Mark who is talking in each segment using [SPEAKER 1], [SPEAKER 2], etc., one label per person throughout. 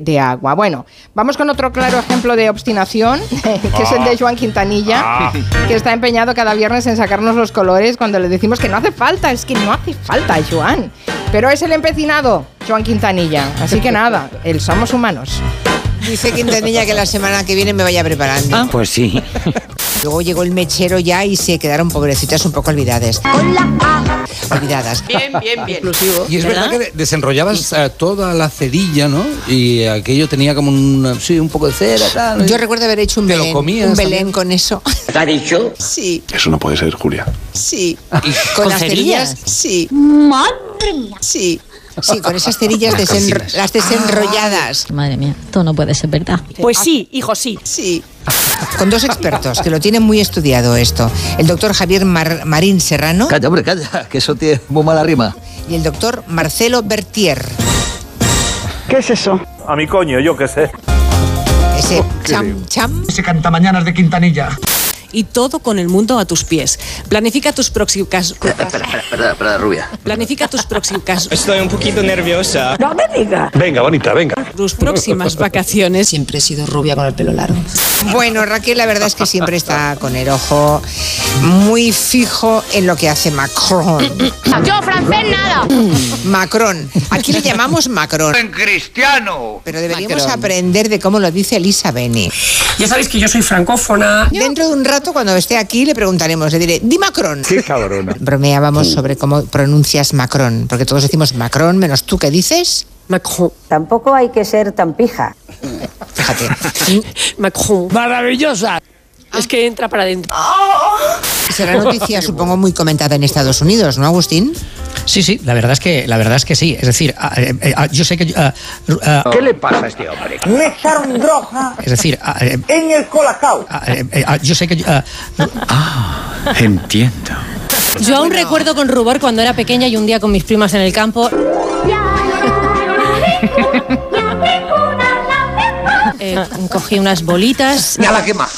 [SPEAKER 1] de agua. Bueno, vamos con otro claro ejemplo de obstinación, que es el de Joan Quintanilla, que está empeñado cada viernes en sacarnos los colores cuando le decimos que no hace falta, es que no hace falta, Joan. Pero es el empecinado, Joan Quintanilla. Así que nada, el somos humanos.
[SPEAKER 2] Dice Quintanilla que la semana que viene me vaya preparando.
[SPEAKER 3] Pues sí.
[SPEAKER 2] Luego llegó el mechero ya y se quedaron pobrecitas un poco olvidadas. Olvidadas.
[SPEAKER 4] Bien, bien, bien.
[SPEAKER 5] Y es verdad, que de- desenrollabas eh, toda la cerilla, ¿no? Y aquello tenía como un, sí, un poco de cera, tal. ¿eh?
[SPEAKER 2] Yo recuerdo haber hecho un
[SPEAKER 5] Te lo
[SPEAKER 2] belén,
[SPEAKER 5] comías
[SPEAKER 2] un belén
[SPEAKER 5] también.
[SPEAKER 2] con eso.
[SPEAKER 3] ¿Te ha dicho?
[SPEAKER 2] Sí,
[SPEAKER 6] Eso no puede ser, Julia.
[SPEAKER 2] sí. ¿Con, las
[SPEAKER 3] cerillas?
[SPEAKER 2] cerillas? Sí. Sí. Sí, con esas cerillas desenro- las desenrolladas.
[SPEAKER 7] Madre mía, todo no puede ser verdad.
[SPEAKER 4] Pues sí, hijo, sí.
[SPEAKER 2] Sí. Con dos expertos que lo tienen muy estudiado esto. El doctor Javier Mar- Marín Serrano
[SPEAKER 3] Calla, hombre, calla, que eso tiene muy mala rima.
[SPEAKER 2] y el doctor Marcelo Bertier.
[SPEAKER 8] ¿Qué es eso?
[SPEAKER 9] A mi coño, yo qué sé.
[SPEAKER 2] Ese
[SPEAKER 5] Oh,
[SPEAKER 2] cham, cham.
[SPEAKER 4] Y todo con el mundo a tus pies. Planifica tus próximas.
[SPEAKER 3] Espera, espera, espera, espera, rubia.
[SPEAKER 4] Planifica tus próximas.
[SPEAKER 6] Venga, bonita, venga.
[SPEAKER 4] Tus próximas vacaciones.
[SPEAKER 7] Siempre he sido rubia con el pelo largo.
[SPEAKER 2] Bueno, Raquel, la verdad es que siempre está con el ojo muy fijo en lo que hace Macron.
[SPEAKER 10] Yo francés nada.
[SPEAKER 2] Macron. Aquí le llamamos Macron. En cristiano. Pero deberíamos aprender de cómo lo dice Elisa Beni.
[SPEAKER 4] Ya sabéis que yo soy francófona.
[SPEAKER 2] Dentro de un rato, cuando esté aquí, le preguntaremos, le diré, di Macron.
[SPEAKER 6] Qué cabrona.
[SPEAKER 2] Bromeábamos sobre cómo pronuncias Macron, porque todos decimos Macron, menos tú que dices.
[SPEAKER 4] Macron.
[SPEAKER 10] Tampoco hay que ser tan pija.
[SPEAKER 2] Fíjate.
[SPEAKER 4] Macron.
[SPEAKER 5] ¡Maravillosa!
[SPEAKER 4] Es que entra para adentro.
[SPEAKER 2] Será noticia, supongo, muy comentada en Estados Unidos, ¿no, Agustín?
[SPEAKER 8] Sí, sí, la verdad es que, la verdad es que sí. Es decir, ah, eh, eh, ah, yo sé que... ah, ru- ah,
[SPEAKER 3] ¿Qué le pasa a este hombre?
[SPEAKER 9] Me echaron droga
[SPEAKER 8] es decir, ah, eh,
[SPEAKER 9] en el colacao.
[SPEAKER 8] ah, eh, eh, ah, yo sé que... ah, ru-
[SPEAKER 3] Ah, Entiendo.
[SPEAKER 7] Yo aún recuerdo con rubor cuando era pequeña y un día con mis primas en el campo. eh, cogí unas bolitas
[SPEAKER 3] ¡A la quema!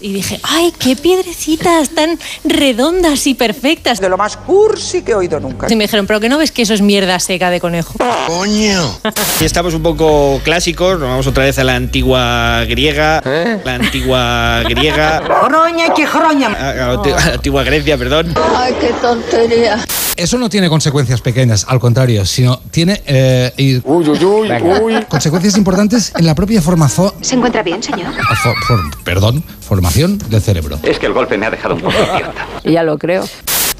[SPEAKER 7] y dije, ¡ay, qué piedrecitas tan redondas y perfectas!
[SPEAKER 4] De lo más cursi que he oído nunca.
[SPEAKER 7] Y me dijeron, ¿pero qué no ves que eso es mierda seca de conejo?
[SPEAKER 8] Y estamos un poco clásicos, nos vamos otra vez a la antigua griega, la antigua griega. A- a la anti- a la antigua Grecia, perdón.
[SPEAKER 10] Ay, qué tontería.
[SPEAKER 5] Eso no tiene consecuencias pequeñas, al contrario, sino tiene eh, y- consecuencias importantes en la propia formación.
[SPEAKER 10] ¿Se encuentra bien, señor?
[SPEAKER 5] Ah, perdón, formación del cerebro.
[SPEAKER 3] Es que el golpe me ha dejado un poco idiota.
[SPEAKER 10] Ya lo creo.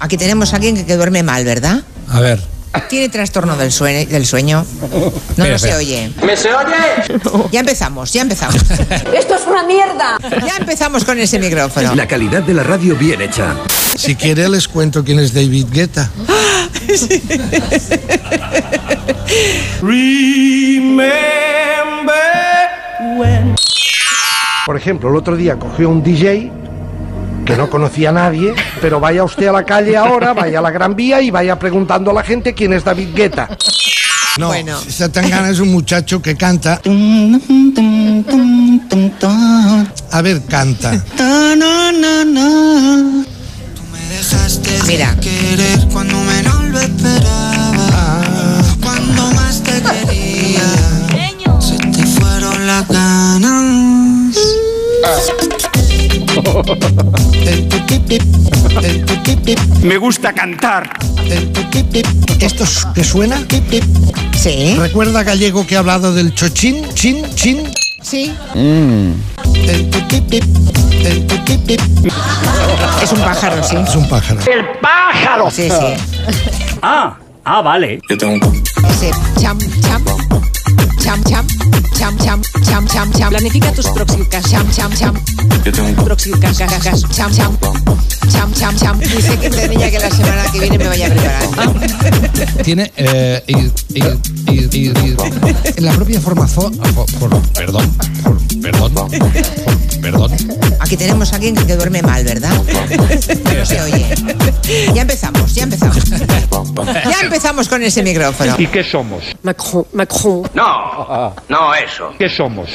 [SPEAKER 2] Aquí tenemos a alguien que, que duerme mal, ¿verdad?
[SPEAKER 5] A ver.
[SPEAKER 2] Tiene trastorno del, sueño- del sueño. No, no
[SPEAKER 5] Espera,
[SPEAKER 2] se
[SPEAKER 5] espera.
[SPEAKER 2] oye. ¿Me se oye? Ya empezamos, ya empezamos.
[SPEAKER 10] ¡Esto es una mierda!
[SPEAKER 2] Ya empezamos con ese micrófono.
[SPEAKER 3] calidad de la radio bien hecha.
[SPEAKER 5] Si quiere les cuento quién es David Guetta.
[SPEAKER 8] Por ejemplo, el otro día cogió un DJ que no conocía a nadie, pero vaya usted a la calle ahora, vaya a la Gran Vía y vaya preguntando a la gente quién es David Guetta.
[SPEAKER 5] No,
[SPEAKER 2] Bueno.
[SPEAKER 8] Satangana es un muchacho que canta. A ver, canta.
[SPEAKER 2] Mira,
[SPEAKER 9] Me gusta cantar.
[SPEAKER 8] ¿Esto es- que suena?
[SPEAKER 2] sí,
[SPEAKER 8] ¿Recuerda gallego que ha hablado del chochín? ¿Chin? ¿Chin?
[SPEAKER 2] sí. Es un pájaro, sí.
[SPEAKER 8] Es un pájaro.
[SPEAKER 2] Sí, sí.
[SPEAKER 9] Ah, ah, vale.
[SPEAKER 2] Ese cham, cham. Cham, cham. Cham, cham. Cham, cham, cham.
[SPEAKER 4] Planifica tus próximas.
[SPEAKER 2] Cham, cham, cham.
[SPEAKER 4] Próximas.
[SPEAKER 2] Cham, cham. Cham, cham, cham. Dice que tenía que la semana que viene me vaya a preparar.
[SPEAKER 5] Tiene eh, y- y- y- y- y- en la propia formación. perdón, for- perdón, for- perdón.
[SPEAKER 2] Aquí tenemos a alguien que duerme mal, ¿verdad? No se oye. Ya empezamos, ya empezamos. Ya empezamos con ese micrófono.
[SPEAKER 9] qué somos?
[SPEAKER 4] Macron. Macron.
[SPEAKER 3] No, no eso.
[SPEAKER 9] ¿Qué somos?